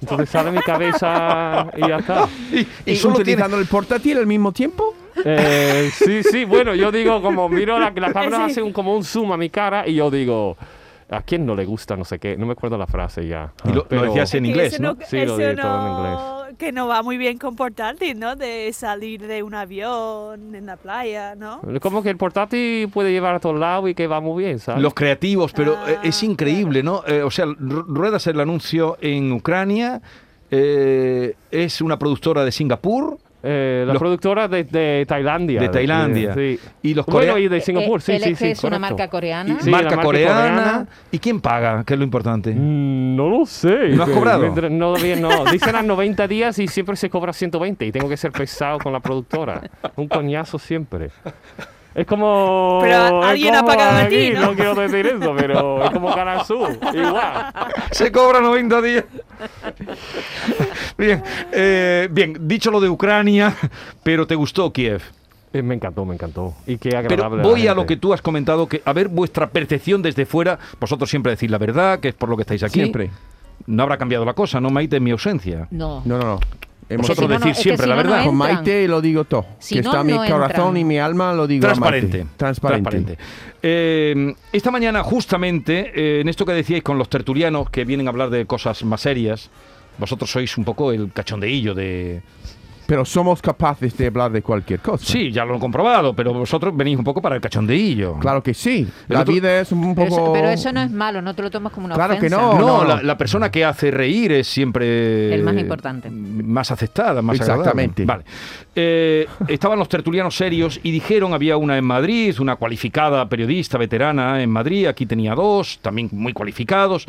[SPEAKER 7] Entonces sale mi cabeza y ya está.
[SPEAKER 4] Y,
[SPEAKER 5] ¿Y
[SPEAKER 4] solo tienes...
[SPEAKER 5] utilizando el portátil al mismo tiempo?
[SPEAKER 7] Eh, sí, sí, bueno, yo digo, como miro, la, la cámara hace un, como un zoom a mi cara y yo digo, ¿a quién no le gusta no sé qué? No me acuerdo la frase ya.
[SPEAKER 4] Y lo, lo
[SPEAKER 7] pero-
[SPEAKER 4] decías en
[SPEAKER 6] Que
[SPEAKER 4] inglés,
[SPEAKER 6] eso
[SPEAKER 4] ¿no?
[SPEAKER 7] Sí, lo
[SPEAKER 6] eso
[SPEAKER 7] diré todo en
[SPEAKER 6] no- Que no va muy bien con portátil, ¿no? De salir de un avión en la playa, ¿no?
[SPEAKER 7] Como que el portátil puede llevar a todos lados y que va muy bien, ¿sabes?
[SPEAKER 4] Los creativos, pero eh, es
[SPEAKER 6] Ah,
[SPEAKER 4] increíble, ¿no? Eh, o sea, ru- ruedas el anuncio en Ucrania, eh, es una productora de Singapur
[SPEAKER 7] Eh, la
[SPEAKER 4] los-
[SPEAKER 7] productora de, de Tailandia.
[SPEAKER 4] De Tailandia.
[SPEAKER 7] Sí.
[SPEAKER 4] y los
[SPEAKER 7] Bueno, y
[SPEAKER 3] Eh,
[SPEAKER 4] coreanos.
[SPEAKER 7] de Singapur, sí, sí,
[SPEAKER 3] LG
[SPEAKER 7] sí.
[SPEAKER 3] es una
[SPEAKER 7] correcto.
[SPEAKER 3] marca coreana.
[SPEAKER 7] sí, la
[SPEAKER 4] marca,
[SPEAKER 7] marca
[SPEAKER 4] coreana,
[SPEAKER 7] coreana.
[SPEAKER 4] ¿Y quién paga? Que es lo importante.
[SPEAKER 7] Mm, No lo sé.
[SPEAKER 4] ¿No has
[SPEAKER 7] Eh,
[SPEAKER 4] cobrado?
[SPEAKER 7] mientras- No, todavía no. Dicen a 90 días y siempre se cobra 120 y tengo que ser pesado con la productora. Un coñazo siempre. Es como...
[SPEAKER 6] Pero
[SPEAKER 7] es
[SPEAKER 6] alguien ha
[SPEAKER 7] como
[SPEAKER 6] pagado a ti,
[SPEAKER 7] aquí,
[SPEAKER 6] ¿no?
[SPEAKER 7] quiero decir eso, pero es como Canazú. Igual.
[SPEAKER 4] Se cobra 90 días. bien, eh, bien, dicho lo de Ucrania, pero te gustó Kiev.
[SPEAKER 7] Eh, me encantó, me encantó. Y qué
[SPEAKER 4] Pero
[SPEAKER 7] agradable. la
[SPEAKER 4] voy a
[SPEAKER 7] gente.
[SPEAKER 4] lo que tú has comentado, que a ver vuestra percepción desde fuera, vosotros siempre decís la verdad, que es por lo que estáis aquí.
[SPEAKER 5] Siempre.
[SPEAKER 4] No habrá cambiado la cosa, ¿no, Maite, en mi ausencia?
[SPEAKER 3] No.
[SPEAKER 5] No, no, no. Hemos-
[SPEAKER 4] Vosotros
[SPEAKER 3] si no, no,
[SPEAKER 4] decís
[SPEAKER 3] es que
[SPEAKER 4] siempre
[SPEAKER 3] si
[SPEAKER 4] la
[SPEAKER 3] no, no
[SPEAKER 4] verdad.
[SPEAKER 5] Con
[SPEAKER 3] entran.
[SPEAKER 5] Maite lo digo todo.
[SPEAKER 3] Si
[SPEAKER 5] que
[SPEAKER 3] no,
[SPEAKER 5] está mi
[SPEAKER 3] no
[SPEAKER 5] corazón
[SPEAKER 3] entran.
[SPEAKER 5] y mi alma lo digo a
[SPEAKER 4] Transparente.
[SPEAKER 5] Maite. Transparente.
[SPEAKER 4] Eh, esta mañana, justamente, eh, en esto que decíais con los tertulianos que vienen a hablar de cosas más serias, vosotros sois un poco el cachondeillo de...
[SPEAKER 5] Pero somos capaces de hablar de cualquier cosa.
[SPEAKER 4] Sí, ya lo han comprobado, pero vosotros venís un poco para el cachondeillo.
[SPEAKER 5] Claro que sí.
[SPEAKER 4] El
[SPEAKER 5] La
[SPEAKER 4] otro-
[SPEAKER 5] vida es un
[SPEAKER 3] Pero,
[SPEAKER 5] poco.
[SPEAKER 3] eso, pero eso no es malo, no te lo tomas como una
[SPEAKER 5] Claro que
[SPEAKER 3] ofensa.
[SPEAKER 5] no.
[SPEAKER 4] No, la, la persona que hace reír es siempre...
[SPEAKER 3] El más importante.
[SPEAKER 4] Más aceptada, más agradable.
[SPEAKER 5] Exactamente.
[SPEAKER 4] Vale. Eh, estaban los tertulianos serios y dijeron, había una en Madrid, una cualificada periodista veterana en Madrid, aquí tenía dos, también muy cualificados,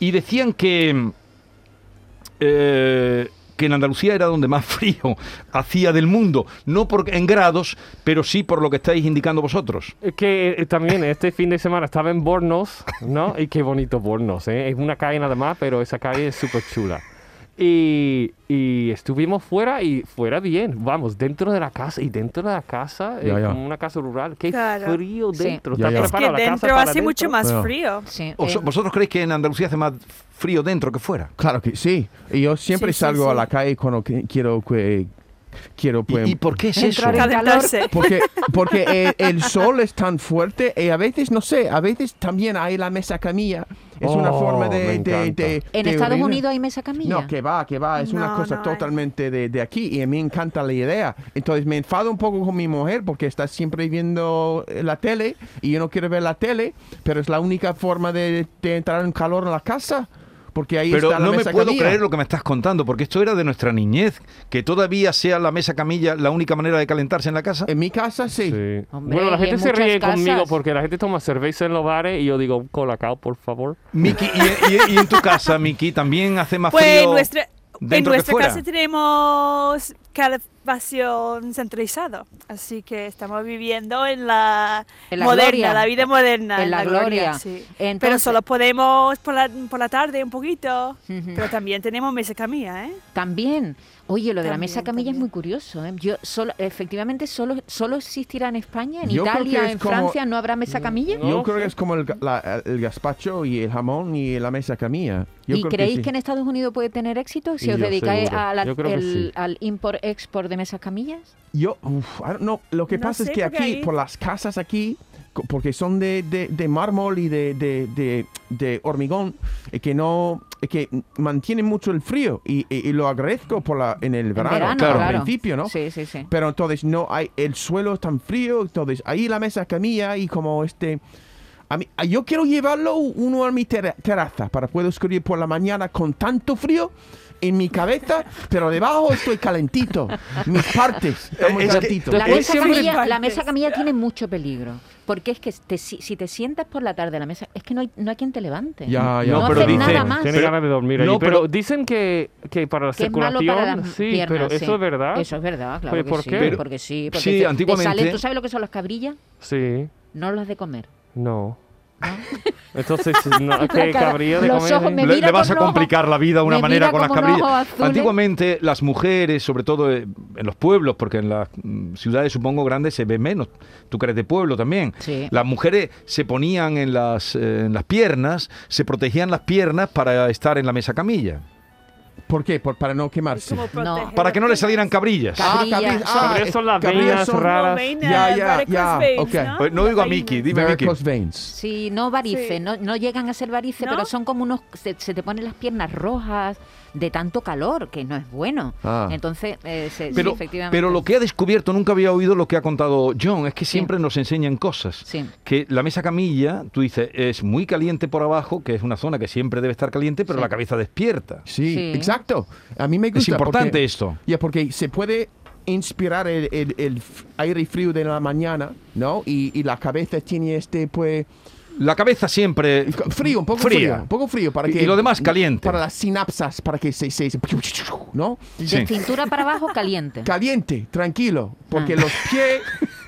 [SPEAKER 4] y decían que... eh, que en Andalucía era donde más frío hacía del mundo, no por, en grados, pero sí por lo que estáis indicando vosotros.
[SPEAKER 7] Es que eh, también este fin de semana estaba en Bornos, ¿no? Y qué bonito Bornos, ¿eh? Es una calle nada más, pero esa calle es súper chula. Y, y estuvimos fuera y fuera bien, vamos, dentro de la casa y dentro de la casa, eh,
[SPEAKER 5] Ya, ya.
[SPEAKER 7] como una casa rural, qué
[SPEAKER 6] Claro.
[SPEAKER 7] frío
[SPEAKER 3] Sí.
[SPEAKER 7] dentro.
[SPEAKER 5] Ya,
[SPEAKER 7] está
[SPEAKER 5] ya.
[SPEAKER 6] Es que
[SPEAKER 7] preparada la casa
[SPEAKER 6] dentro
[SPEAKER 7] para
[SPEAKER 6] hace mucho
[SPEAKER 7] dentro.
[SPEAKER 6] más
[SPEAKER 5] Bueno.
[SPEAKER 6] frío.
[SPEAKER 3] Sí,
[SPEAKER 4] ¿Os-
[SPEAKER 3] eh,
[SPEAKER 4] ¿Vosotros creéis que en Andalucía hace más frío dentro que fuera?
[SPEAKER 5] Claro que sí. Y yo siempre
[SPEAKER 6] Sí, sí,
[SPEAKER 5] salgo a
[SPEAKER 6] sí.
[SPEAKER 5] la calle cuando que- quiero que quiero
[SPEAKER 4] ¿Y,
[SPEAKER 5] pues,
[SPEAKER 4] y por qué es eso?
[SPEAKER 3] entrar en calor.
[SPEAKER 6] Calentarse.
[SPEAKER 5] porque porque el, el sol es tan fuerte y a veces no sé, a veces también hay la mesa camilla. Es una
[SPEAKER 7] Oh,
[SPEAKER 5] forma
[SPEAKER 7] me
[SPEAKER 5] de, de,
[SPEAKER 7] encanta.
[SPEAKER 5] de-
[SPEAKER 3] En
[SPEAKER 5] de
[SPEAKER 3] Estados
[SPEAKER 5] orina.
[SPEAKER 3] Unidos hay mesa camilla.
[SPEAKER 5] No, que va, que va, es una
[SPEAKER 6] No,
[SPEAKER 5] cosa
[SPEAKER 6] no hay.
[SPEAKER 5] totalmente de, de aquí y a mí me encanta la idea. Entonces me enfado un poco con mi mujer porque está siempre viendo eh, la tele y yo no quiero ver la tele, pero es la única forma de, de entrar en calor en la casa porque ahí
[SPEAKER 4] Pero
[SPEAKER 5] está la
[SPEAKER 4] no me
[SPEAKER 5] mesa
[SPEAKER 4] puedo
[SPEAKER 5] camilla.
[SPEAKER 4] creer lo que me estás contando, porque esto era de nuestra niñez, que todavía sea la mesa camilla la única manera de calentarse en la casa.
[SPEAKER 5] En mi casa sí.
[SPEAKER 7] Sí.
[SPEAKER 3] Hombre,
[SPEAKER 7] bueno, la
[SPEAKER 3] y
[SPEAKER 7] gente
[SPEAKER 3] en
[SPEAKER 7] se
[SPEAKER 3] muchas
[SPEAKER 7] ríe conmigo
[SPEAKER 3] casas.
[SPEAKER 7] porque la gente toma cerveza en los bares y yo digo, un colacao, por favor.
[SPEAKER 4] Miki, y, y- y en tu casa, Miki, también hace más
[SPEAKER 6] Pues en
[SPEAKER 4] frío
[SPEAKER 6] nuestra, en
[SPEAKER 4] dentro que
[SPEAKER 6] nuestra
[SPEAKER 4] fuera.
[SPEAKER 6] casa tenemos calefacción centralizada, así que estamos viviendo en la,
[SPEAKER 3] En la
[SPEAKER 6] moderna,
[SPEAKER 3] gloria.
[SPEAKER 6] la vida moderna.
[SPEAKER 3] En la gloria.
[SPEAKER 6] sí.
[SPEAKER 3] Entonces-
[SPEAKER 6] pero solo podemos por la, por la tarde un poquito,
[SPEAKER 3] Ujú.
[SPEAKER 6] pero también tenemos mesa camilla, ¿eh?
[SPEAKER 3] También. Oye, lo de la
[SPEAKER 6] También,
[SPEAKER 3] mesa camilla es
[SPEAKER 6] también.
[SPEAKER 3] muy curioso. ¿eh? Yo solo, efectivamente, solo, solo existirá en España, en
[SPEAKER 5] Yo creo que
[SPEAKER 3] Italia,
[SPEAKER 5] es
[SPEAKER 3] en
[SPEAKER 5] como-
[SPEAKER 3] Francia, ¿no habrá mesa camilla?
[SPEAKER 7] No,
[SPEAKER 5] Yo creo que es como el, ga- la- el gazpacho y el jamón y la mesa camilla. Yo
[SPEAKER 3] ¿Y
[SPEAKER 5] creo
[SPEAKER 3] creéis que,
[SPEAKER 5] sí.
[SPEAKER 3] en Estados Unidos puede tener éxito si
[SPEAKER 7] Y
[SPEAKER 3] os
[SPEAKER 7] yo
[SPEAKER 3] dedicáis
[SPEAKER 7] seguro.
[SPEAKER 3] a la-
[SPEAKER 7] Yo creo que
[SPEAKER 3] el-
[SPEAKER 7] sí.
[SPEAKER 3] al import-export de mesas camillas?
[SPEAKER 5] Yo, uf, I don't know. Lo que
[SPEAKER 6] No
[SPEAKER 5] pasa
[SPEAKER 6] sé,
[SPEAKER 5] es que
[SPEAKER 6] porque
[SPEAKER 5] aquí,
[SPEAKER 6] ahí-
[SPEAKER 5] por las casas aquí, co- porque son de, de- de mármol y de, de- de- de hormigón, eh, que no, eh, que mantienen mucho el frío y, y- y lo agradezco por la, en el verano,
[SPEAKER 3] verano,
[SPEAKER 5] al
[SPEAKER 3] claro.
[SPEAKER 5] principio, ¿no?
[SPEAKER 3] Sí, sí, sí.
[SPEAKER 5] Pero entonces no hay, el suelo es tan frío, entonces ahí la mesa camilla y como este... A mí, a- yo quiero llevarlo uno a mi tera- terraza para poder escribir por la mañana con tanto frío en mi cabeza, pero debajo estoy calentito. Mis partes están muy
[SPEAKER 4] Es que-
[SPEAKER 5] calentitos.
[SPEAKER 3] La
[SPEAKER 7] Él
[SPEAKER 3] mesa,
[SPEAKER 7] siempre-
[SPEAKER 3] camilla, la mesa camilla tiene mucho peligro. Porque es que te- si, si te sientas por la tarde a la mesa, es que no hay, no hay quien te levante.
[SPEAKER 5] Ya, ya.
[SPEAKER 3] No,
[SPEAKER 4] No,
[SPEAKER 3] haces
[SPEAKER 4] pero dice-
[SPEAKER 3] nada más.
[SPEAKER 7] Tiene
[SPEAKER 4] Pero-
[SPEAKER 7] ganas de dormir allí.
[SPEAKER 4] no,
[SPEAKER 7] pero,
[SPEAKER 4] pero-
[SPEAKER 7] dicen que, que para la
[SPEAKER 3] que es malo
[SPEAKER 7] circulación.
[SPEAKER 3] para las
[SPEAKER 7] sí,
[SPEAKER 3] piernas.
[SPEAKER 7] pero
[SPEAKER 3] sí.
[SPEAKER 7] eso es verdad.
[SPEAKER 3] Eso es verdad, claro.
[SPEAKER 7] Pues,
[SPEAKER 3] que
[SPEAKER 7] ¿por
[SPEAKER 3] sí,
[SPEAKER 7] qué? Pero-
[SPEAKER 3] porque sí. Porque
[SPEAKER 4] sí,
[SPEAKER 3] te- te
[SPEAKER 4] antiguamente-
[SPEAKER 3] salen- ¿Tú sabes lo que son las cabrillas?
[SPEAKER 7] Sí,
[SPEAKER 3] No las de comer.
[SPEAKER 7] no. Entonces, no, que
[SPEAKER 3] cara-
[SPEAKER 7] cabría de
[SPEAKER 3] los
[SPEAKER 7] comer.
[SPEAKER 3] ojos
[SPEAKER 7] ¿eh?
[SPEAKER 3] me
[SPEAKER 4] le,
[SPEAKER 3] mira
[SPEAKER 4] le vas a
[SPEAKER 3] con un ojo-
[SPEAKER 4] complicar la vida de una
[SPEAKER 3] me
[SPEAKER 4] manera
[SPEAKER 3] mira
[SPEAKER 4] con las
[SPEAKER 3] con un
[SPEAKER 4] cabrillas.
[SPEAKER 3] ojo azul.
[SPEAKER 4] Antiguamente las mujeres, sobre todo eh, en los pueblos, porque en las mm, ciudades supongo grandes se ve menos, tú crees de pueblo también,
[SPEAKER 3] Sí.
[SPEAKER 4] las mujeres se ponían en las, eh, en las piernas, se protegían las piernas para estar en la mesa camilla,
[SPEAKER 5] ¿Por qué? Por, para no
[SPEAKER 6] Es
[SPEAKER 5] quemarse.
[SPEAKER 6] como proteger
[SPEAKER 4] para que no le
[SPEAKER 6] las
[SPEAKER 4] salieran
[SPEAKER 6] piernas.
[SPEAKER 4] cabrillas.
[SPEAKER 3] Ca-
[SPEAKER 5] Ah,
[SPEAKER 3] Cabrillas.
[SPEAKER 5] cabrillas. Ah,
[SPEAKER 7] Cabrillas
[SPEAKER 5] es-
[SPEAKER 7] son las
[SPEAKER 5] cabrillas
[SPEAKER 7] venas
[SPEAKER 5] son-
[SPEAKER 7] raras.
[SPEAKER 6] Como veinas,
[SPEAKER 5] Ya, ya,
[SPEAKER 6] varicose
[SPEAKER 5] ya,
[SPEAKER 6] veins,
[SPEAKER 5] ok.
[SPEAKER 6] Ah, ¿no?
[SPEAKER 4] Pues no digo a
[SPEAKER 6] Las
[SPEAKER 4] Miki,
[SPEAKER 6] vainas.
[SPEAKER 4] dime Miki.
[SPEAKER 5] Varicose veins.
[SPEAKER 3] Sí, no varice,
[SPEAKER 6] Sí.
[SPEAKER 3] no, no llegan a ser varice,
[SPEAKER 6] ¿No?
[SPEAKER 3] pero son como unos... Se, se te ponen las piernas rojas de tanto calor, que no es bueno.
[SPEAKER 5] Ah.
[SPEAKER 3] Entonces, eh, se, sí,
[SPEAKER 4] Pero,
[SPEAKER 3] efectivamente.
[SPEAKER 4] pero lo que ha descubierto, nunca había oído lo que ha contado John, es que
[SPEAKER 3] Sí.
[SPEAKER 4] siempre nos enseñan cosas.
[SPEAKER 3] Sí.
[SPEAKER 4] Que la mesa camilla, tú dices, es muy caliente por abajo, que es una zona que siempre debe estar caliente, pero
[SPEAKER 3] Sí.
[SPEAKER 4] la cabeza despierta.
[SPEAKER 5] Sí,
[SPEAKER 3] Sí.
[SPEAKER 5] exacto. A mí me gusta.
[SPEAKER 4] Es importante
[SPEAKER 5] porque-
[SPEAKER 4] esto.
[SPEAKER 5] Ya, porque se puede inspirar el, el- el f- aire frío de la mañana, ¿no? Y, y la cabeza tiene este, pues,
[SPEAKER 4] La cabeza siempre
[SPEAKER 5] c- frío, un poco
[SPEAKER 4] Fría.
[SPEAKER 5] frío. Un poco frío para
[SPEAKER 4] Y-
[SPEAKER 5] que...
[SPEAKER 4] y lo demás caliente.
[SPEAKER 5] Para las sinapsas, para que se... se, se- ¿No?
[SPEAKER 3] De
[SPEAKER 4] Sí.
[SPEAKER 3] cintura para abajo, caliente.
[SPEAKER 5] Caliente, tranquilo, porque
[SPEAKER 3] Ah.
[SPEAKER 5] los pies,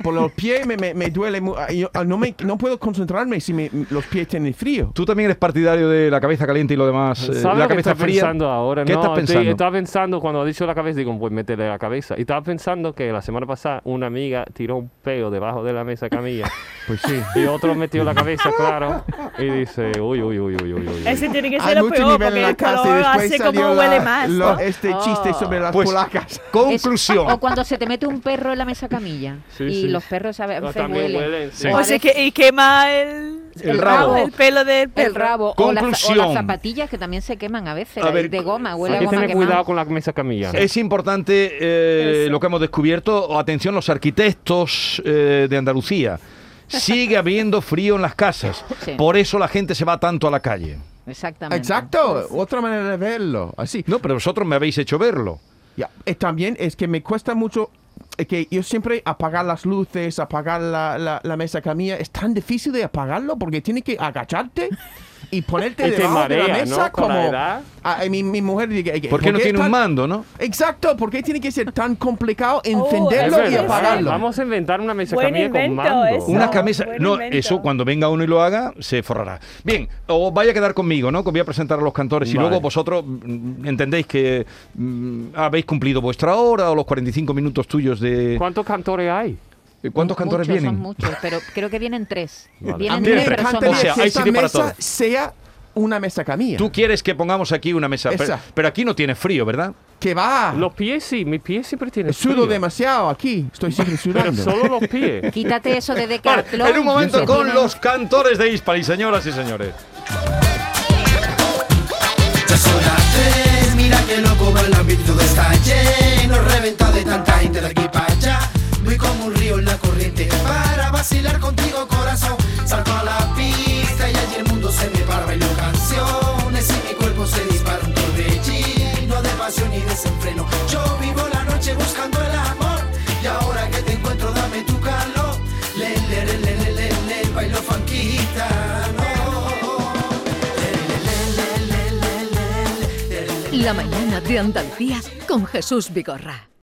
[SPEAKER 5] por los pies me, me, me duele, mu- ah, yo, ah, no, me, no puedo concentrarme si me- los pies tienen frío.
[SPEAKER 4] Tú también eres partidario de la cabeza caliente y lo demás. eh,
[SPEAKER 7] ¿Sabes
[SPEAKER 4] la
[SPEAKER 7] lo que
[SPEAKER 4] cabeza
[SPEAKER 7] estoy
[SPEAKER 4] fría.
[SPEAKER 7] pensando ahora?
[SPEAKER 4] ¿Qué
[SPEAKER 7] no,
[SPEAKER 4] estás
[SPEAKER 7] estoy-
[SPEAKER 4] pensando?
[SPEAKER 7] estaba pensando, cuando ha dicho la cabeza, digo, pues métele la cabeza. Y estaba pensando que la semana pasada una amiga tiró un peo debajo de la mesa camilla
[SPEAKER 5] Pues sí.
[SPEAKER 7] y otro metió la cabeza, claro, y dice, uy, uy, uy, uy, uy, uy.
[SPEAKER 6] Ese tiene que
[SPEAKER 5] Hay
[SPEAKER 6] ser lo
[SPEAKER 5] mucho
[SPEAKER 6] peor
[SPEAKER 5] nivel en
[SPEAKER 6] porque
[SPEAKER 5] la
[SPEAKER 6] el
[SPEAKER 5] casa y
[SPEAKER 6] calor
[SPEAKER 5] después
[SPEAKER 6] hace como
[SPEAKER 5] salió la-
[SPEAKER 6] huele más.
[SPEAKER 5] lo-
[SPEAKER 6] ¿no?
[SPEAKER 5] este chiste sobre las
[SPEAKER 4] Pues,
[SPEAKER 5] polacas.
[SPEAKER 3] Es-
[SPEAKER 4] Conclusión.
[SPEAKER 3] o cuando se te mete un perro en la mesa camilla.
[SPEAKER 7] Sí,
[SPEAKER 3] y
[SPEAKER 7] sí.
[SPEAKER 3] los perros a
[SPEAKER 7] Ah,
[SPEAKER 3] veces
[SPEAKER 7] también
[SPEAKER 3] huelen.
[SPEAKER 7] huelen, sí.
[SPEAKER 3] O
[SPEAKER 6] O
[SPEAKER 3] a
[SPEAKER 6] sea
[SPEAKER 3] veces
[SPEAKER 6] que y quema el,
[SPEAKER 4] El rabo.
[SPEAKER 6] El pelo del perro.
[SPEAKER 3] el rabo. O, las- o
[SPEAKER 4] Conclusión.
[SPEAKER 3] las zapatillas que también se queman a veces.
[SPEAKER 4] A
[SPEAKER 3] la-
[SPEAKER 4] ver,
[SPEAKER 3] de goma,
[SPEAKER 7] Hay
[SPEAKER 3] huele a
[SPEAKER 7] que
[SPEAKER 3] goma
[SPEAKER 7] tener
[SPEAKER 3] quemada.
[SPEAKER 7] cuidado con la mesa camilla.
[SPEAKER 4] Es importante eh,
[SPEAKER 6] Eso.
[SPEAKER 4] lo que hemos descubierto. O, Atención, los arquitectos eh, de Andalucía. Sigue habiendo frío en las casas.
[SPEAKER 3] Sí.
[SPEAKER 4] Por eso la gente se va tanto a la calle.
[SPEAKER 3] Exactamente.
[SPEAKER 5] Exacto, otra manera de verlo, así.
[SPEAKER 4] No, pero vosotros me habéis hecho verlo.
[SPEAKER 5] Ya, eh, también es que me cuesta mucho eh, que yo siempre apagar las luces, apagar la, la- la mesa camilla, es tan difícil de apagarlo porque tiene que agacharte y ponerte
[SPEAKER 7] Y te
[SPEAKER 5] debajo de la
[SPEAKER 7] marea,
[SPEAKER 5] mesa
[SPEAKER 7] ¿no? Con la
[SPEAKER 5] como
[SPEAKER 7] edad.
[SPEAKER 5] Ah, eh, mi, mi mujer dice, eh,
[SPEAKER 4] ¿Por qué no
[SPEAKER 5] es
[SPEAKER 4] tiene un
[SPEAKER 5] tan-
[SPEAKER 4] mando, no?
[SPEAKER 5] Exacto, ¿por qué tiene que ser tan complicado
[SPEAKER 7] Oh, Es
[SPEAKER 5] encenderlo y
[SPEAKER 7] verdad.
[SPEAKER 5] apagarlo?
[SPEAKER 7] Vamos a inventar una mesa
[SPEAKER 6] Buen
[SPEAKER 7] camilla con
[SPEAKER 6] invento
[SPEAKER 7] mando.
[SPEAKER 6] eso.
[SPEAKER 4] Una
[SPEAKER 6] No,
[SPEAKER 4] camisa.
[SPEAKER 6] buen
[SPEAKER 4] No,
[SPEAKER 6] invento.
[SPEAKER 4] eso cuando venga uno y lo haga, se forrará. Bien, os vaya a quedar conmigo, ¿no? Que os voy a presentar a los cantores y
[SPEAKER 7] Vale.
[SPEAKER 4] luego vosotros mm, entendéis que mm, habéis cumplido vuestra hora o los 45 minutos tuyos de.
[SPEAKER 7] ¿Cuántos cantores hay?
[SPEAKER 4] ¿Cuántos cantores
[SPEAKER 3] Muchos,
[SPEAKER 4] vienen?
[SPEAKER 3] Son muchos, pero creo que vienen tres.
[SPEAKER 7] Vale.
[SPEAKER 5] a
[SPEAKER 3] Vienen
[SPEAKER 5] mí me
[SPEAKER 3] tres,
[SPEAKER 4] Siempre.
[SPEAKER 3] pero son
[SPEAKER 5] encantaría
[SPEAKER 4] O sea,
[SPEAKER 5] que
[SPEAKER 4] hay
[SPEAKER 5] esta
[SPEAKER 4] sitio para
[SPEAKER 5] mesa
[SPEAKER 4] todo.
[SPEAKER 5] sea una mesa camilla.
[SPEAKER 4] Tú quieres que pongamos aquí una mesa, pe- pero,
[SPEAKER 5] Esa.
[SPEAKER 4] aquí no tiene frío, ¿verdad?
[SPEAKER 5] Que va,
[SPEAKER 4] Ah.
[SPEAKER 7] Los pies sí, mis pies siempre tienen
[SPEAKER 5] sudo
[SPEAKER 7] frío,
[SPEAKER 5] demasiado aquí, estoy siempre
[SPEAKER 7] Pero
[SPEAKER 5] sudando.
[SPEAKER 7] solo los pies.
[SPEAKER 3] Quítate eso de
[SPEAKER 4] Vale,
[SPEAKER 3] Decathlon.
[SPEAKER 4] en un momento
[SPEAKER 3] que
[SPEAKER 4] con
[SPEAKER 3] tienen-
[SPEAKER 4] los cantores de Hispali, señoras y señores.
[SPEAKER 10] Ya son las tres, mira que loco va el ambiente, todo está lleno, reventado de tanta gente de aquí para allá. Voy como un río en la corriente para vacilar contigo, corazón. Salto a la pista y allí el mundo se me para. Bailo canciones y mi cuerpo se dispara un torbellino de pasión y desenfreno. Yo vivo la noche buscando el amor y ahora que te encuentro, dame tu calor. Le, le, le, le, le, le, le, bailo fanquita,
[SPEAKER 8] La mañana de Andalucía con Jesús Vigorra.